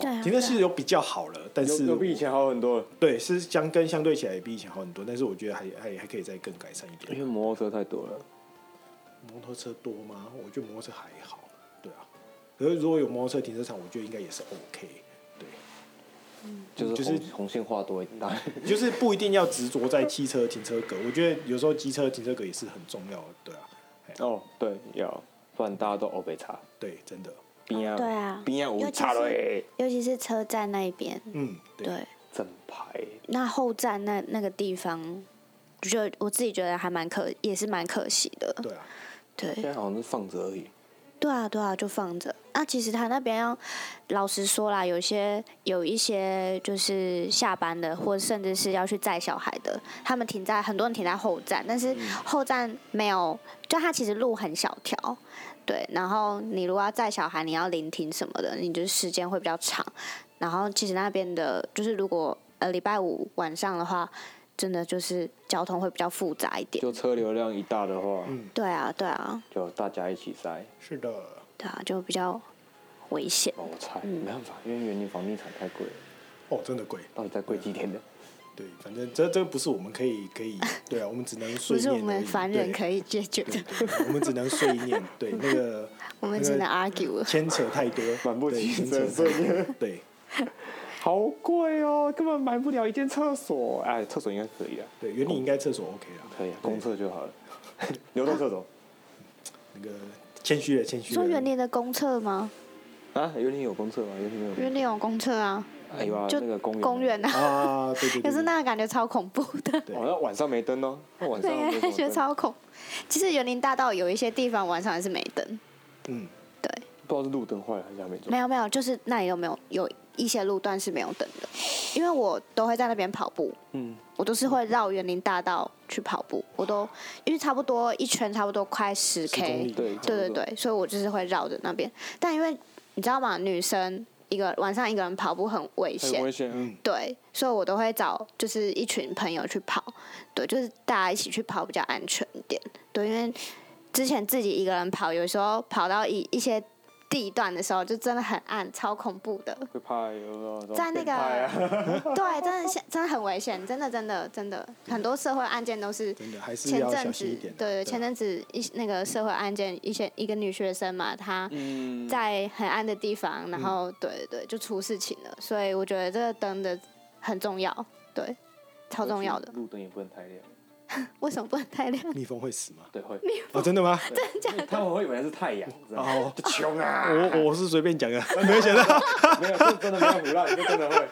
Speaker 2: 对啊，
Speaker 3: 停车是有比较好了，但
Speaker 1: 有
Speaker 3: 是
Speaker 1: 有比以前好很多了，
Speaker 3: 对是相跟相对起来也比以前好很多，但是我觉得还还还可以再更改善一
Speaker 1: 因
Speaker 3: 点
Speaker 1: 为。摩托车太多了。
Speaker 3: 摩托车多吗？我觉得摩托车还好，对啊，可是如果有摩托车停车场，我觉得应该也是 OK，对。
Speaker 1: 就是
Speaker 3: 就是
Speaker 1: 红红线画多一点，
Speaker 3: 就是不一定要执着在汽车停车格，我觉得有时候机车停车格也是很重要的，对啊，
Speaker 1: <laughs> 哦，对，要，不然大家都欧北差，
Speaker 3: 对，真的，
Speaker 1: 边啊，
Speaker 2: 对啊
Speaker 1: 边啊
Speaker 2: 尤
Speaker 1: 有
Speaker 2: 其
Speaker 1: 差了
Speaker 2: 是
Speaker 1: 欸，
Speaker 2: 尤其是车站那一边，
Speaker 3: 嗯，哎对，
Speaker 2: 对，
Speaker 1: 整排
Speaker 2: 那后站那那个地方，我觉得我自己觉得还蛮可，也是蛮可惜的，
Speaker 3: 对啊，
Speaker 1: 现
Speaker 2: 对，
Speaker 1: 在好像是放着而已，
Speaker 2: 对啊，对啊，就放着。那其实他那边要，老实说啦，有些有一些就是下班的，或甚至是要去载小孩的，他们停在很多人停在后站，但是后站没有，就它其实路很小条，对。然后你如果要载小孩，你要临停什么的，你就是时间会比较长。然后其实那边的，就是如果呃礼拜五晚上的话，真的就是交通会比较复杂一点。
Speaker 1: 就车流量一大的话，
Speaker 2: 对啊，对啊，
Speaker 1: 就大家一起塞，
Speaker 3: 是的，
Speaker 2: 对啊，就比较危险。
Speaker 1: 帮我
Speaker 2: 嗯
Speaker 1: 猜，哦没办法，因为园林房地产太贵了，
Speaker 3: 哦，真的贵，
Speaker 1: 到底再贵几天的？
Speaker 3: 对，反正这这不是我们可以可以，对啊，我们只能
Speaker 2: <laughs> 不
Speaker 3: 碎
Speaker 2: 是
Speaker 3: 念而已，
Speaker 2: 我们凡人可
Speaker 3: 以，
Speaker 2: 以解决的，
Speaker 3: 对我们只能碎念，对，那个
Speaker 2: 我们只能 argue 了。
Speaker 3: 牵扯
Speaker 1: <laughs>
Speaker 3: 太多，
Speaker 1: 蛮不
Speaker 3: 对
Speaker 1: 起
Speaker 3: 牵扯
Speaker 1: 这碎
Speaker 3: 太多，对
Speaker 1: <laughs> 好贵哦，根本买不了一间厕所，哎，厕所应该可以啊，
Speaker 3: 对，园林应该厕所 OK 啦，
Speaker 1: 可以啊，
Speaker 3: 对
Speaker 1: 公厕就好了， <laughs> 流动厕所 <laughs>
Speaker 3: 那个谦虚了，谦虚了，
Speaker 2: 说园林的公厕吗？
Speaker 1: 啊，园林有公厕吗？园林没有公
Speaker 2: 园
Speaker 1: 厕，
Speaker 2: 林有公厕啊，
Speaker 1: 哎有啊，
Speaker 2: 就
Speaker 1: 那个公园，
Speaker 2: 公园 <laughs> 啊。
Speaker 3: 啊，对对对，
Speaker 2: 可是
Speaker 3: 对
Speaker 2: 那个感觉超恐怖的，
Speaker 3: 对
Speaker 1: 哦，那晚上没灯哦，那晚上没
Speaker 2: 对，
Speaker 1: 什么
Speaker 2: <laughs> 感觉
Speaker 1: 灯
Speaker 2: 超恐。其实园林大道有一些地方晚上还是没灯，
Speaker 3: 嗯，
Speaker 2: 对，
Speaker 1: 不知道是路灯坏了还是还没做
Speaker 2: 没。有没有，就是那里都没有有一些路段是没有灯的，因为我都会在那边跑步，
Speaker 1: 嗯，
Speaker 2: 我都是会绕园林大道去跑步，我都因为差不多一圈差不多快十
Speaker 3: 10公
Speaker 2: K，
Speaker 3: 里
Speaker 1: 对
Speaker 2: 对对对，所以我就是会绕着那边。但因为你知道吗，女生一个晚上一个人跑步很危
Speaker 1: 很危险，
Speaker 2: 险，
Speaker 1: 嗯，
Speaker 2: 对，所以我都会找就是一群朋友去跑，对，就是大家一起去跑比较安全一点，对，因为之前自己一个人跑，有时候跑到一一些地段的时候，就真的很暗，超恐怖
Speaker 3: <laughs>
Speaker 2: 的。
Speaker 1: 会怕有没有这种
Speaker 2: 在那
Speaker 1: 变态啊
Speaker 2: <laughs> 个对，真的现真的很危险，真的真的真的，很多社会案件都是
Speaker 3: 嗯真的还是
Speaker 2: 前
Speaker 3: 要小
Speaker 2: 阵
Speaker 3: 心一
Speaker 2: 子
Speaker 3: 点啊，
Speaker 2: 对
Speaker 3: 啊
Speaker 2: 前阵子一那个社会案件，一些一个女学生嘛，她
Speaker 1: 嗯，
Speaker 2: 在很暗的地方，然后对对对，就出事情了，所以我觉得这个灯的很重要，对，超重要的。
Speaker 1: 路灯也不能太亮，
Speaker 2: 为什么不能太亮？
Speaker 3: 蜜蜂会死吗？
Speaker 1: 对，会，
Speaker 3: 哦，真
Speaker 2: <laughs>
Speaker 3: 的吗？
Speaker 1: 他们会以为是太阳，知道吗
Speaker 3: 哦
Speaker 1: 就穷啊，
Speaker 3: 我我是随便讲的，啊没有想到。
Speaker 1: <laughs> 没有，这真的没有腐烂，这真的会，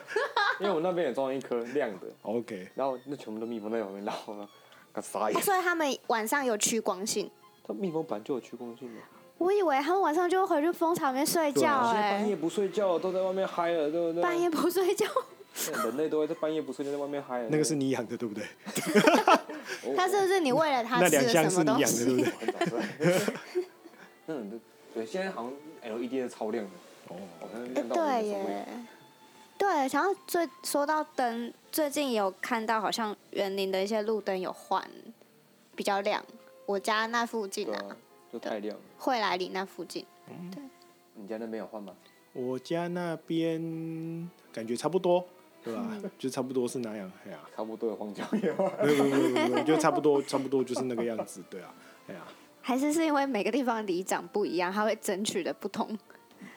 Speaker 1: 因为我那边也装一颗亮的，
Speaker 3: <laughs> OK，
Speaker 1: 然后那全部都蜜蜂在旁边，然后呢，他傻眼
Speaker 2: <laughs> 哦，所以他们晚上有趋光性，
Speaker 1: 他蜜蜂本来就有趋光性的，
Speaker 2: 我以为他们晚上就会回去蜂巢里面睡
Speaker 3: 对啊
Speaker 2: 觉、
Speaker 1: 有些半夜
Speaker 2: 哎，
Speaker 1: 不睡觉都在外面嗨了，对不对？
Speaker 2: 半夜不睡觉，
Speaker 1: 人类都会在半夜不睡觉在外面嗨了，
Speaker 3: 那个是你养的对不对？
Speaker 2: 他是不是你为了他
Speaker 3: 那
Speaker 2: 吃
Speaker 3: 两
Speaker 2: 了
Speaker 3: 箱
Speaker 2: 什
Speaker 3: 是
Speaker 2: 么
Speaker 3: 你
Speaker 2: 东
Speaker 3: 养的对
Speaker 2: 西？
Speaker 3: 不对？
Speaker 1: 很早 <laughs> 睡，那种都对，现在好像 LED 是超亮的，
Speaker 3: 哦，
Speaker 1: 好像
Speaker 2: 哎，
Speaker 1: 亮到我
Speaker 2: 对
Speaker 1: 无所谓
Speaker 2: 耶，对，然后最说到灯，最近有看到好像园林的一些路灯有换，比较亮。我家那附近
Speaker 1: 对
Speaker 2: 啊，
Speaker 1: 啊，就太亮了。
Speaker 2: 惠来里那附近，
Speaker 1: 你家那边有
Speaker 2: <laughs>
Speaker 1: 换吗？
Speaker 3: 我家那边感觉差不多，对吧？
Speaker 2: 嗯
Speaker 3: 就差不多是那样，哎呀、
Speaker 1: 差不多有荒郊野 <laughs> 外。
Speaker 3: 没有没有没有没有，就差不多 <laughs> 差不多就是那个样子，对啊，哎呀、
Speaker 2: 还是是因为每个地方里长不一样，他会争取的不同。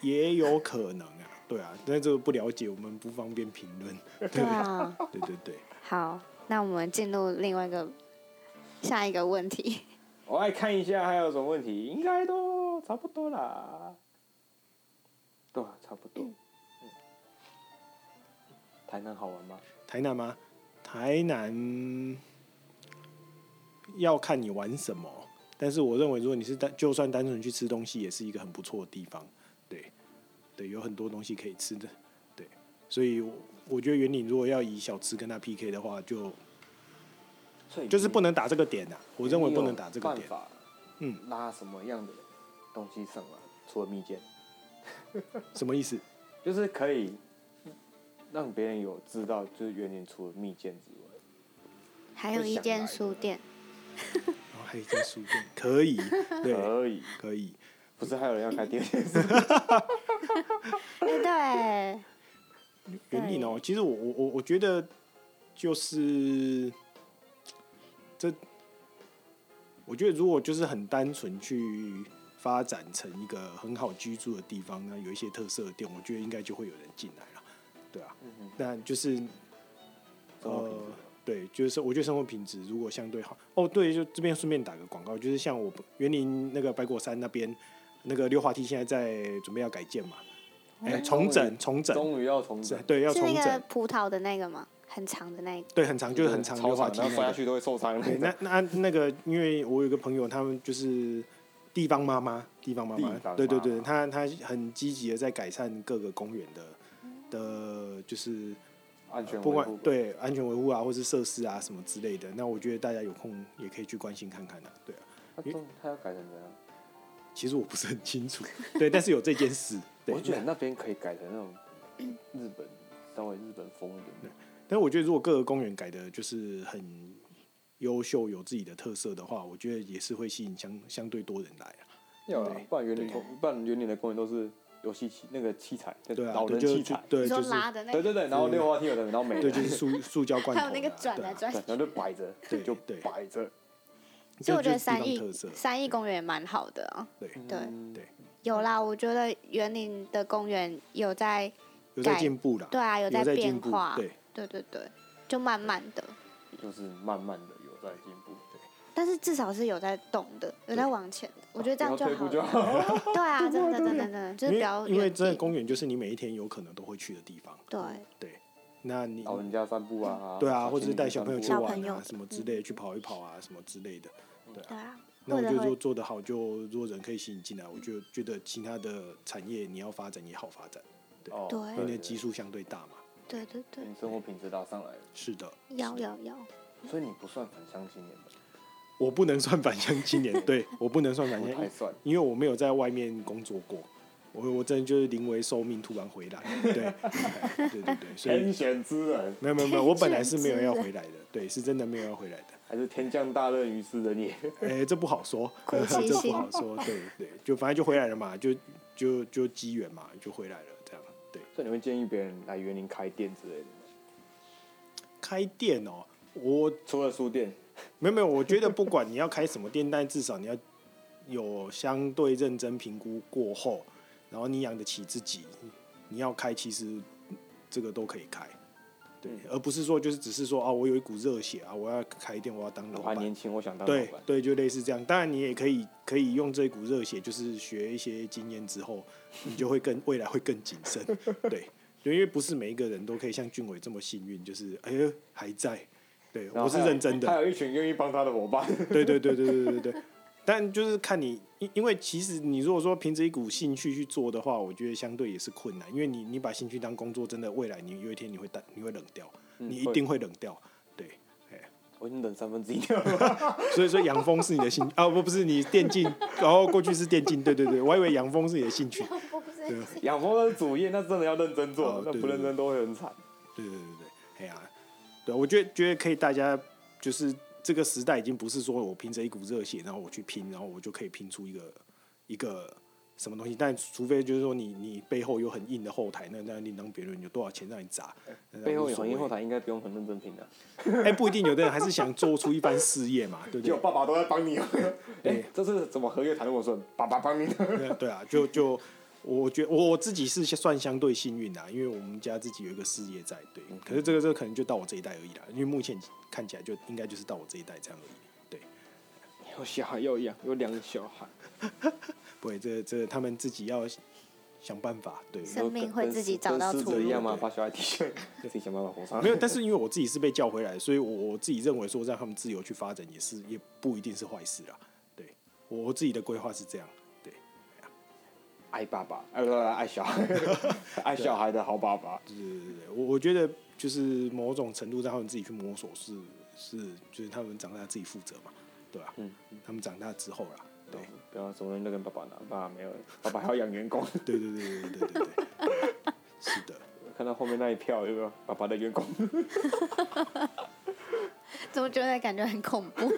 Speaker 3: 也有可能啊，对啊，但这个不了解，我们不方便评论，
Speaker 2: 对啊，
Speaker 3: 对对对，
Speaker 2: 好，那我们进入另外一个下一个问题。 <laughs>
Speaker 1: 我来看一下还有什么问题，应该都差不多啦，对啊，差不多。嗯台南好玩吗？
Speaker 3: 台南吗？台南要看你玩什么，但是我认为，如果你是单就算单纯去吃东西，也是一个很不错的地方。对，对，有很多东西可以吃的。对，所以我我觉得园林如果要以小吃跟他 PK 的话，就
Speaker 1: 所以
Speaker 3: 就是不
Speaker 1: 你
Speaker 3: 能打这个点呐、我认为不能打这个
Speaker 1: 你有
Speaker 3: 点。
Speaker 1: 办法，
Speaker 3: 嗯，
Speaker 1: 拉什么样的东西上来？除了蜜饯，
Speaker 3: 什么意思？
Speaker 1: 就是可以让别人有知道，就是园林除了蜜饯之外，
Speaker 2: 还有
Speaker 1: 会
Speaker 2: 一
Speaker 1: 想来
Speaker 2: 间
Speaker 1: 的
Speaker 2: 书店，
Speaker 3: 然后哦还有一间书店，可以，对，
Speaker 1: <laughs> 可以。
Speaker 3: 可以。
Speaker 1: 不是还有人要开第二间
Speaker 3: <laughs>
Speaker 1: 书
Speaker 2: 哎、对，
Speaker 3: 园林哦，其实我我我我觉得就是这，我觉得如果就是很单纯去发展成一个很好居住的地方，那有一些特色的店，我觉得应该就会有人进来了，对啊，那就是
Speaker 1: 生活品质
Speaker 3: 呃，对，就是我觉得生活品质如果相对好，哦，对，就这边顺便打个广告，就是像我园林那个白果山那边那个溜滑梯，现在在准备要改建嘛，哎、重整重整，
Speaker 1: 终于要重整，
Speaker 3: 对， <laughs> 要
Speaker 2: 是
Speaker 3: 重
Speaker 2: 那
Speaker 3: 整
Speaker 2: 个，葡萄的那个吗？很长的那个，
Speaker 3: 对，很长，就是很长
Speaker 1: 超
Speaker 3: 溜滑
Speaker 1: 长
Speaker 3: 梯
Speaker 1: 然后摔
Speaker 3: 那
Speaker 1: 下
Speaker 3: 个。
Speaker 1: 去都会受伤的
Speaker 3: 对，
Speaker 1: 那
Speaker 3: 那
Speaker 1: 种。
Speaker 3: 那那个，因为我有个朋友，他们就是地方妈妈，地方妈
Speaker 1: 地
Speaker 3: 妈
Speaker 1: 方妈，妈
Speaker 3: 对对对，她她很积极的在改善各个公园的的，就是
Speaker 1: 安全
Speaker 3: 不
Speaker 1: 维
Speaker 3: 管
Speaker 1: 护吧，
Speaker 3: 对安全维护啊，或是设施啊什么之类的。那我觉得大家有空也可以去关心看看啊，对啊。
Speaker 1: 他中他要改成怎样？
Speaker 3: 其实我不是很清楚，对，但是有这件
Speaker 1: <laughs>
Speaker 3: 事，对
Speaker 1: 我，觉得那边可以改成那种日本稍微日本风一点的，
Speaker 3: 但我觉得如果各个公园改的就是很优秀，有自己的特色的话，我觉得也是会吸引相相对多人来啊。
Speaker 1: 要
Speaker 3: 对
Speaker 1: 啊，不然园林公，不然园林的公园都是游戏器那个器材，
Speaker 3: 对啊，
Speaker 1: 老
Speaker 3: 对
Speaker 1: 人
Speaker 3: 就
Speaker 1: 器
Speaker 3: 就
Speaker 1: 材，
Speaker 3: 对，
Speaker 2: 你
Speaker 3: 就
Speaker 2: 说
Speaker 3: 是
Speaker 2: 拉的那
Speaker 1: 对
Speaker 2: 个，
Speaker 1: 对对，然后溜滑梯有的，然后没
Speaker 3: 对，
Speaker 1: 人，
Speaker 3: 就
Speaker 2: <laughs>
Speaker 3: 是塑塑胶罐头
Speaker 2: 还
Speaker 3: 啦，
Speaker 2: 有那个转
Speaker 3: 对啊
Speaker 2: 来转
Speaker 1: 对，然后就摆着，
Speaker 3: 对
Speaker 1: 就
Speaker 3: 对
Speaker 1: 摆着，
Speaker 2: 所以我觉得
Speaker 3: 这就是
Speaker 2: 三
Speaker 3: 地
Speaker 2: 义
Speaker 3: 方特色
Speaker 2: 三义公园也蛮好的啊、
Speaker 3: 对，
Speaker 2: 对
Speaker 1: 嗯
Speaker 3: 对
Speaker 2: 有啦，我觉得园林的公园有在，
Speaker 3: 有在
Speaker 2: 改
Speaker 3: 进步啦，
Speaker 2: 对啊，有
Speaker 3: 有在
Speaker 2: 变
Speaker 3: 进步
Speaker 2: 化，，
Speaker 3: 对，
Speaker 2: 对对对就慢慢的，
Speaker 1: 就是慢慢的有在进步，
Speaker 2: 但是至少是有在动的，有在往前的，我觉得这
Speaker 1: <laughs>
Speaker 2: 样
Speaker 1: 不要退步就
Speaker 2: 好了。
Speaker 1: 好。
Speaker 2: <laughs> 对
Speaker 3: <laughs>
Speaker 2: 啊，真的真的真的，啊就是
Speaker 3: 因
Speaker 2: 比
Speaker 3: 为
Speaker 2: 较
Speaker 3: 因为
Speaker 2: 原
Speaker 3: 真的
Speaker 2: 地
Speaker 3: 公园就是你每一天有可能都会去的地方，
Speaker 2: 对，
Speaker 3: 对，那你
Speaker 1: 老人家散步啊，
Speaker 3: 对啊，或者是带小
Speaker 1: 小
Speaker 3: 朋友去
Speaker 2: 小
Speaker 3: 玩
Speaker 2: 朋
Speaker 3: 啊
Speaker 2: 友，嗯
Speaker 3: 什么之类的，去跑一跑啊，什么之类的。
Speaker 2: 对啊，
Speaker 3: 那我
Speaker 2: 或
Speaker 3: 觉
Speaker 2: 者
Speaker 3: 得如
Speaker 2: 会
Speaker 3: 果做得好，就如果人可以吸引进来，我就觉得其他的产业你要发展也好发展，
Speaker 1: 哦
Speaker 2: 对
Speaker 3: 因为你
Speaker 1: 对
Speaker 3: 的基数相对大嘛。
Speaker 2: 对对对，
Speaker 1: 你生活品质拉上来了，
Speaker 3: 是的，
Speaker 2: 要要 <laughs> 要，
Speaker 1: 所以你不算返乡青年吧？
Speaker 3: 我不能算返乡青
Speaker 1: <laughs>
Speaker 3: 年，对我不能算返
Speaker 1: 不太
Speaker 3: 乡，
Speaker 1: 算，
Speaker 3: 因为我没有在外面工作过，我我真的就是临危受命突然回来，对，对对对，所以
Speaker 1: 天选之人
Speaker 3: 没有没有没有，我本来是没有要回来的，对，是真的没有要回来的。
Speaker 1: 还是天降大任于斯人也？
Speaker 3: 哎、这不好说，呃
Speaker 2: 苦
Speaker 3: 这
Speaker 2: 其
Speaker 3: 不
Speaker 2: 心
Speaker 3: 好说。对对，就反正就回来了嘛，就就就机缘嘛，就回来了这样。对，
Speaker 1: <laughs> 所以你会建议别人来园林开店之类的吗？
Speaker 3: 开店哦、我
Speaker 1: 除了书店，
Speaker 3: 没有没有，我觉得不管你要开什么店，但至少你要有相对认真评估过后，然后你养得起自己，你要开其实这个都可以开。对，而不是说就是只是说啊，我有一股热血啊，我要开店，我要当老
Speaker 1: 我还
Speaker 3: 板，
Speaker 1: 年轻，我想当老
Speaker 3: 对
Speaker 1: 板。
Speaker 3: 对，就类似这样。当然，你也可以可以用这股热血，就是学一些经验之后，你就会更未来会更谨慎。对，就因为不是每一个人都可以像俊伟这么幸运，就是哎呦还在。对，
Speaker 1: 然后
Speaker 3: 我是
Speaker 1: 还有
Speaker 3: 认真
Speaker 1: 还
Speaker 3: 的。
Speaker 1: 有一群愿意帮他的伙伴。 <laughs>
Speaker 3: 对对对对对对对对。但就是看你，因因为其实你如果说凭着一股兴趣去做的话，我觉得相对也是困难，因为你你把兴趣当工作，真的未来你有一天你会淡，你会冷掉，你一
Speaker 1: 会
Speaker 3: 定会冷掉。对，
Speaker 1: 我已经等三分之一了。
Speaker 3: 所以说杨峰是你的兴 <laughs> 啊，不不是你电竞，然后过去是电竞，对对对，我还以为杨峰是你的兴趣，对啊
Speaker 1: 养蜂的主业，那真的要认真做
Speaker 3: 哦，
Speaker 1: 那
Speaker 3: 对
Speaker 1: 不认真都会很惨。
Speaker 3: 对对对对，哎呀、对，我觉得觉得可以，大家就是这个时代已经不是说我凭着一股热血，然后我去拼，然后我就可以拼出一个一个什么东西，但除非就是说你你背后有很硬的后台，那那另当别论，有多少钱让你砸，那
Speaker 1: 背后
Speaker 3: 呃无
Speaker 1: 有
Speaker 3: 所
Speaker 1: 行业
Speaker 3: 谓
Speaker 1: 后，台，应该不用很认真评的。
Speaker 3: 哎，不一定，有的人还是想做出一番事业嘛， <laughs> 对不
Speaker 1: 就
Speaker 3: 对
Speaker 1: 我？爸 <laughs> 爸都在帮你哦。哎，这是怎么合约谈论？我说爸爸帮你的。
Speaker 3: 对啊，就就我觉我我自己是算相对幸运啦，啊因为我们家自己有一个事业在，对。可是这个这个可能就到我这一代而已啦，因为目前看起来就应该就是到我这一代这样而已。
Speaker 1: 有小孩又养，有两个小孩，
Speaker 3: 不会，这这他们自己要想办法，对。
Speaker 2: 生命会自己找到
Speaker 1: 跟
Speaker 2: 出
Speaker 1: 狮子一样
Speaker 2: 路。
Speaker 1: 嘛，把小孩踢去， <laughs> 自己想办法活上来。
Speaker 3: 没有，但是因为我自己是被叫回来，所以我我自己认为说让他们自由去发展也是也不一定是坏事啦。对，我我自己的规划是这样。对，
Speaker 1: 爱爸爸，呃，不不不爱小 <laughs> 孩，爱小孩的好爸爸。
Speaker 3: 对对对对，我我觉得就是某种程度让他们自己去摸索是是，就是他们长大自己负责嘛，对吧、
Speaker 1: 嗯，
Speaker 3: 他们长大之后啦，对
Speaker 1: 啊不要什么东西都跟爸爸拿，爸爸没有，爸爸还要养员工。
Speaker 3: 对对对对对对对对， <laughs> 是的。
Speaker 1: <laughs> 看到后面那一票有没有爸爸的员工？
Speaker 2: <laughs> 怎么觉得感觉很恐
Speaker 3: <laughs>
Speaker 2: 怖？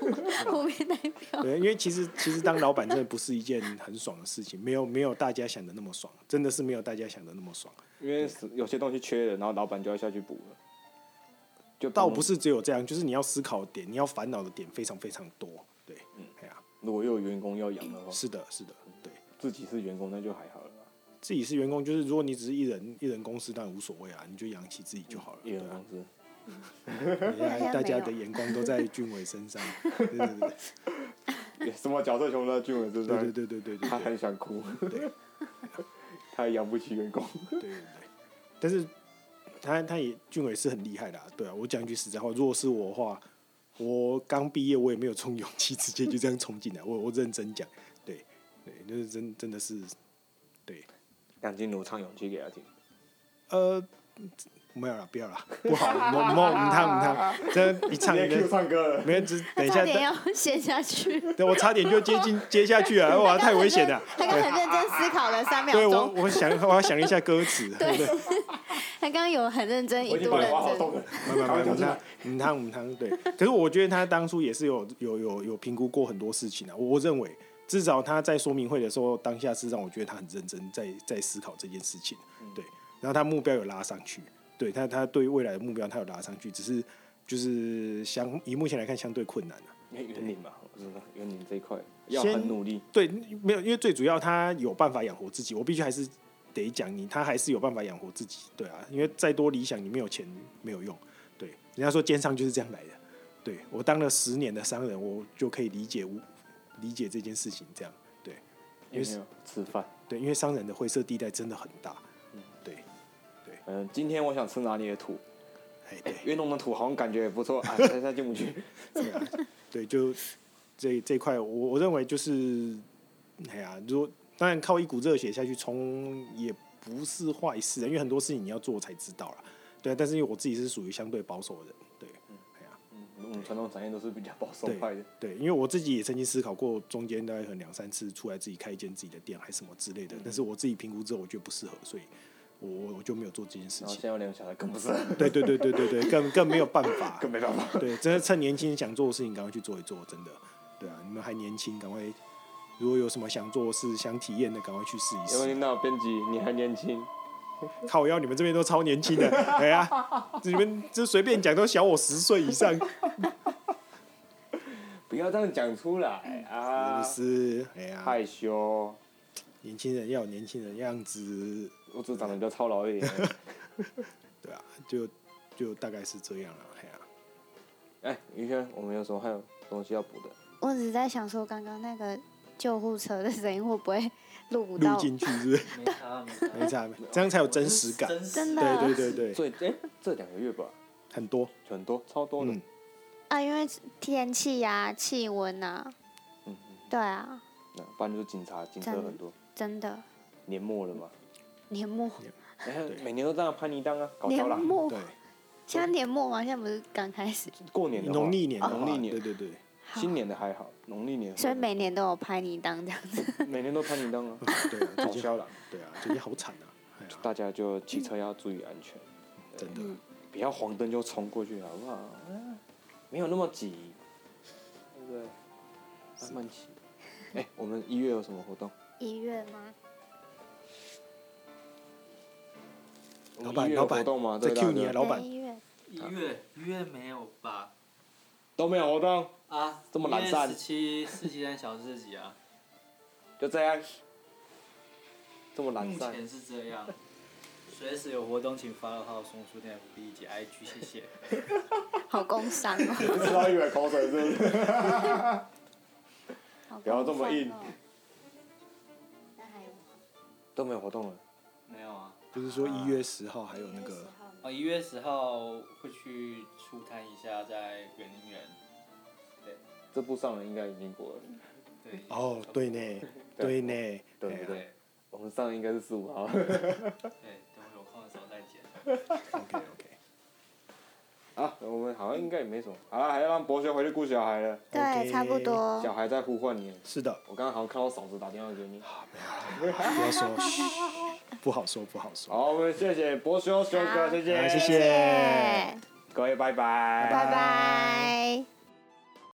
Speaker 2: 后面那一票
Speaker 3: 对，因为其实其实当老板真的不是一件很爽的事情，没有没有大家想的那么爽，真的是没有大家想的那么爽。
Speaker 1: <laughs> 因为是有些东西缺了，然后老板就要下去补了。就
Speaker 3: 倒
Speaker 1: 帮
Speaker 3: 不，是只有这样，就是你要思考的点，你要烦恼的点非常非常多。对，哎呀、
Speaker 1: 如果又有员工要养的话，
Speaker 3: 是的，是的，对
Speaker 1: 自己是员工那就还好了吧。
Speaker 3: 自己是员工，就是如果你只是一人一人公司，当然无所谓啊，你就养起自己就好了。
Speaker 1: 一人
Speaker 3: 对啊
Speaker 1: 公司， <laughs>
Speaker 3: 对啊
Speaker 2: 现在
Speaker 3: 大
Speaker 2: 没
Speaker 3: 家
Speaker 2: 有
Speaker 3: 的眼光都在俊伟身上。对对对对
Speaker 1: 什么角色全部都在俊文身上。
Speaker 3: 对对对对对对
Speaker 1: 他
Speaker 3: 对
Speaker 1: 很想哭，
Speaker 3: 对
Speaker 1: <laughs> 他也养不起 <laughs> 员工。
Speaker 3: 对对对。但是他他也俊伟是很厉害的、啊，对啊。我讲一句实在话，如果是我的话，我刚毕业，我也没有冲勇气直接就这样冲进来。我我认真讲，对对，就是真真的是对。
Speaker 1: 梁静茹唱勇气给他听，
Speaker 3: 呃，没有了，不要了，不
Speaker 2: <laughs>
Speaker 3: 好，我我我们他们他，
Speaker 1: <laughs>
Speaker 3: 这一唱一
Speaker 1: 你也 Q
Speaker 3: 个，
Speaker 1: 唱歌
Speaker 3: <laughs>
Speaker 1: 了。
Speaker 3: 没有，只等一
Speaker 2: 差
Speaker 3: 下，
Speaker 2: 点
Speaker 3: 等
Speaker 2: 要陷下 <laughs> 去。
Speaker 3: 等我差点就接近接下去
Speaker 2: <laughs>
Speaker 3: 了，哇，太危险了。
Speaker 2: 他刚很认真思考了三秒
Speaker 3: 对我，
Speaker 2: 钟，
Speaker 3: 我想我要想一下歌
Speaker 2: <laughs>
Speaker 3: 词。对，
Speaker 2: 他刚刚有很认真，一
Speaker 1: 我已经
Speaker 2: 度
Speaker 1: 把你
Speaker 2: 认
Speaker 1: 挖好
Speaker 2: 真。
Speaker 1: 洞了， <laughs>
Speaker 3: 没有没有没有，他嗯汤嗯汤，对。 <laughs> 可是我觉得他当初也是有有有有评估过很多事情啊，我我认为至少他在说明会的时候，当下是让我觉得他很认真在在思考这件事情，对。然后他目标有拉上去，对他他对未来的目标他有拉上去，只是就是相以目前来看相对困难啊。
Speaker 1: 因为园林吧，我知道园林这一块要
Speaker 3: 先
Speaker 1: 很努力。
Speaker 3: 对，没有，因为最主要他有办法养活自己，我必须还是得讲你，他还是有办法养活自己，对啊，因为再多理想你没有钱没有用，对，人家说奸商就是这样来的，对我当了十年的商人，我就可以理解无理解这件事情，这样，对因
Speaker 1: 有
Speaker 3: 为
Speaker 1: 没有吃饭？
Speaker 3: 对，因为商人的灰色地带真的很大，对，
Speaker 1: 嗯，今天我想吃哪里的土？
Speaker 3: 哎对
Speaker 1: 运动的土好像感觉也不错，哎，再再进不去。
Speaker 3: 对啊，对，就这这一块，我我认为就是，哎呀、如果当然靠一股热血下去冲也不是坏事，啊因为很多事情你要做才知道啦。对啊，但是因为我自己是属于相对保守的人，对，哎呀、
Speaker 1: 嗯，我们传统产业都是比较保守
Speaker 3: 对
Speaker 1: 派的，
Speaker 3: 对，因为我自己也曾经思考过，中间大概可能两三次出来自己开一间自己的店还是什么之类
Speaker 1: 嗯
Speaker 3: 的，但是我自己评估之后，我觉得不适合，所以我我我就没有做这件事
Speaker 1: 然后现
Speaker 3: 情。
Speaker 1: 在有两个小孩更不是，
Speaker 3: 对对对对对对，更更没有办
Speaker 1: <laughs>
Speaker 3: 法，
Speaker 1: 更没办法。
Speaker 3: 对，真的趁年轻想做的事情，赶快去做一做，真的。对啊，你们还年轻，赶快。如果有什么想做的事、想体验的，赶快去试一
Speaker 1: 有没有
Speaker 3: 试。
Speaker 1: 听到编辑？你还年轻，
Speaker 3: 靠腰，你们这边都超年轻的，哎呀、你们这随便讲都小我十岁
Speaker 1: <laughs>
Speaker 3: 以上，
Speaker 1: 不要这样讲出来啊！
Speaker 3: <laughs> 是不是？哎呀、
Speaker 1: 害羞，
Speaker 3: 年轻人要有年轻人样子，
Speaker 1: 我只长得比较操劳一点。
Speaker 3: 对啊，就就大概是这样了、哎呀、
Speaker 1: 哎，于轩，我们有什么还有东西要补的？
Speaker 2: 我只是在想说，刚刚那个救护车的声音会不会录不
Speaker 3: 录
Speaker 2: 到？
Speaker 3: 进去是 <laughs> 不是？
Speaker 4: 没差没
Speaker 3: 没
Speaker 4: 差，
Speaker 3: 差，这样才有真实感。
Speaker 4: 真实
Speaker 2: 真的
Speaker 3: 对对对对，
Speaker 1: 最哎，这两个月吧，
Speaker 3: 很多。
Speaker 1: 很多，超多的
Speaker 3: 嗯。
Speaker 2: 啊，因为天气呀、气温呐，
Speaker 1: 嗯，
Speaker 2: 对啊，
Speaker 1: 那不然就是警察，警车
Speaker 2: 真的
Speaker 1: 很多。
Speaker 2: 真的
Speaker 1: 年末了嘛，
Speaker 2: 年末，
Speaker 1: 哎，每年都这样拍泥当啊，搞
Speaker 2: 年
Speaker 1: 糟了。
Speaker 2: 末，
Speaker 3: 对，
Speaker 2: 现在年末嘛，现在不是刚开始，
Speaker 1: 过年的话
Speaker 3: 农历年的话，
Speaker 1: 农历年
Speaker 3: 对对对。
Speaker 2: 好
Speaker 1: 新年的还好，农历年
Speaker 2: 所以每年都有拍你当这样子。
Speaker 1: 每年都拍铃铛啊，
Speaker 3: 对啊，
Speaker 1: 搞
Speaker 3: 最近
Speaker 1: 笑了。
Speaker 3: 对啊，最近好惨啊！哎呀，
Speaker 1: 大家就骑车要注意安全，
Speaker 3: 真的，
Speaker 1: 不要黄灯就冲过去，好不好？嗯没有那么急，对不对？慢慢骑。哎，我们一月有什么活动？
Speaker 2: 一月吗？
Speaker 1: 我
Speaker 3: 老
Speaker 1: 们
Speaker 3: 板
Speaker 1: 一月有
Speaker 3: 老板
Speaker 1: 活动吗？
Speaker 3: 在
Speaker 1: 这大
Speaker 3: cue 你
Speaker 1: 哥
Speaker 3: 啊老板
Speaker 2: 在一月
Speaker 4: 一月一月没有吧？
Speaker 1: 都没有活动，
Speaker 4: 啊，
Speaker 1: 这么懒散
Speaker 4: 十七十七天小日子啊，
Speaker 1: 就这样。这么懒
Speaker 4: 目
Speaker 1: 散。
Speaker 4: 前是这样。随时有活动，请发到号松鼠店 FB 以及 IG，谢谢。
Speaker 2: 好工伤哦，
Speaker 1: <laughs> 不知道一碗口水是不是？
Speaker 2: 好工
Speaker 1: 不要这么
Speaker 2: 伤
Speaker 1: 硬
Speaker 2: 哦。那还有吗
Speaker 1: 都没有活动了，
Speaker 4: 没有啊，
Speaker 3: 不是说一月十号还有那
Speaker 2: 10
Speaker 3: 个
Speaker 2: 号吗
Speaker 4: 哦，一月十号会去出摊一下，在园林园。
Speaker 1: 这部上的应该已经过了，
Speaker 4: 对。
Speaker 3: 哦，对呢，对呢，
Speaker 1: 对不
Speaker 3: 哎呀
Speaker 1: 对？
Speaker 4: 对
Speaker 1: 我们上的应该是十五号。 <laughs>
Speaker 4: 对，等我有空的时候再剪。
Speaker 3: ，OK OK，
Speaker 1: 啊，我们好像应该也没什么。好了，还要让博学回去顾小孩了，
Speaker 2: 对，差不
Speaker 3: OK
Speaker 2: 多。
Speaker 1: 小孩在呼唤你。
Speaker 3: 是 <laughs> 的，
Speaker 1: 我刚刚好像看到嫂子打电话给你。
Speaker 3: 不要说，嘘不好说，不好说，
Speaker 1: 好，我们谢谢博修修哥，谢
Speaker 3: 好
Speaker 1: 谢，
Speaker 3: 谢谢
Speaker 2: 谢谢，
Speaker 1: 各位，拜拜
Speaker 2: 拜拜。